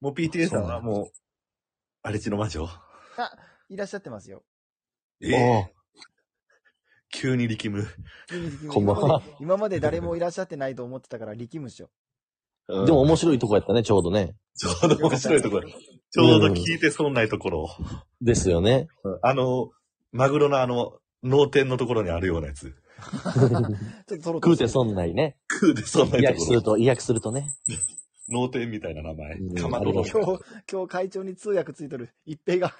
もう PTA さんはもう、荒地の魔女いらっしゃってますよ。ええ急に力む。こんばんは今まで今まで誰もいらっしゃってないと思ってたから力むっしょ。でも面い。白いとこやったね、ちょうどね。ちょうど面白いところ。ちょうど聞いてそうないところ。です よね。あの、マグロのあの、脳天のところにあるようなやつ。ちょっと取ろう食とうしてて損ないね。食うでそうな意い訳とすころる。と、意訳するとね。脳天みたいな名前うん。かまあどりのま今日、今日会長に通訳ついとる一平が。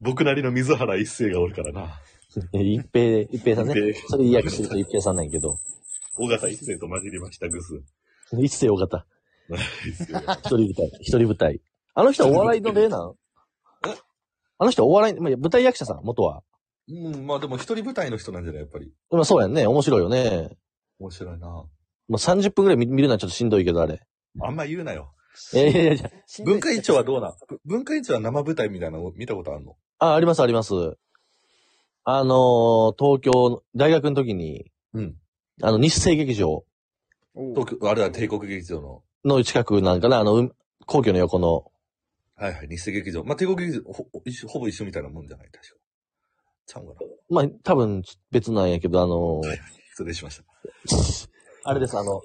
僕なりの水原一世がおるからな。一平、一平さんね。で、それ意訳すると一平さんなんやけど。小笠一世と混じりました、 グス。一世尾形。一世が一人舞台。一人舞台。あの人はお笑いの例なんあの人はお笑い、まあ、舞台役者さん、元は。うん、まあでも一人舞台の人なんじゃないやっぱり。まあそうやんね。面白いよね。面白いな。もう30分くらい見見るのはちょっとしんどいけど、あれ。あんま言うなよ。いやいやいやいや。文化委員長はどうなんぶ文化委員長は生舞台みたいなの見たことあるのあ、ありますあります。あのー東京の、大学の時に、うん。あの、日生劇場おう東京、あれは帝国劇場の。の近くなんかな、あの、うん皇居の横の、はいはい、日生劇場。まあ、帝国劇場ほほ一緒ほぼ一緒みたいなもんじゃない、確か。ちゃうんかな。まあ、多分別なんやけど、あのーはい失礼しました。あれです、あの、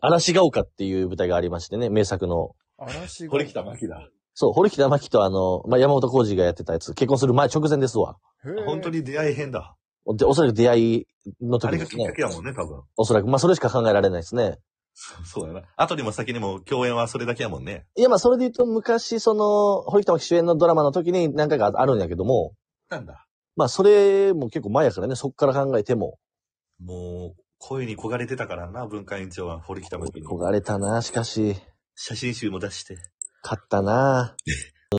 嵐が丘っていう舞台がありましてね、名作の。嵐が。これ来た巻だ。そう、堀北真希とあの、まあ、山本浩二がやってたやつ、結婚する前直前ですわ。へー本当に出会い変だ。で、おそらく出会いのあ時れでがきすっねか。けやもんね、多分。おそらく、まあ、それしか考えられないですね。そうそうだな。後にも先にも共演はそれだけやもんね。いや、まあ、それで言うと、昔、その、堀北真希主演のドラマの時に何回かあるんやけども、なんだ。まあ、それも結構前やからね、そっから考えても、もう、声に焦がれてたからな、文化委員長は、堀北真希に。焦がれたな、しかし、写真集も出して。勝ったな。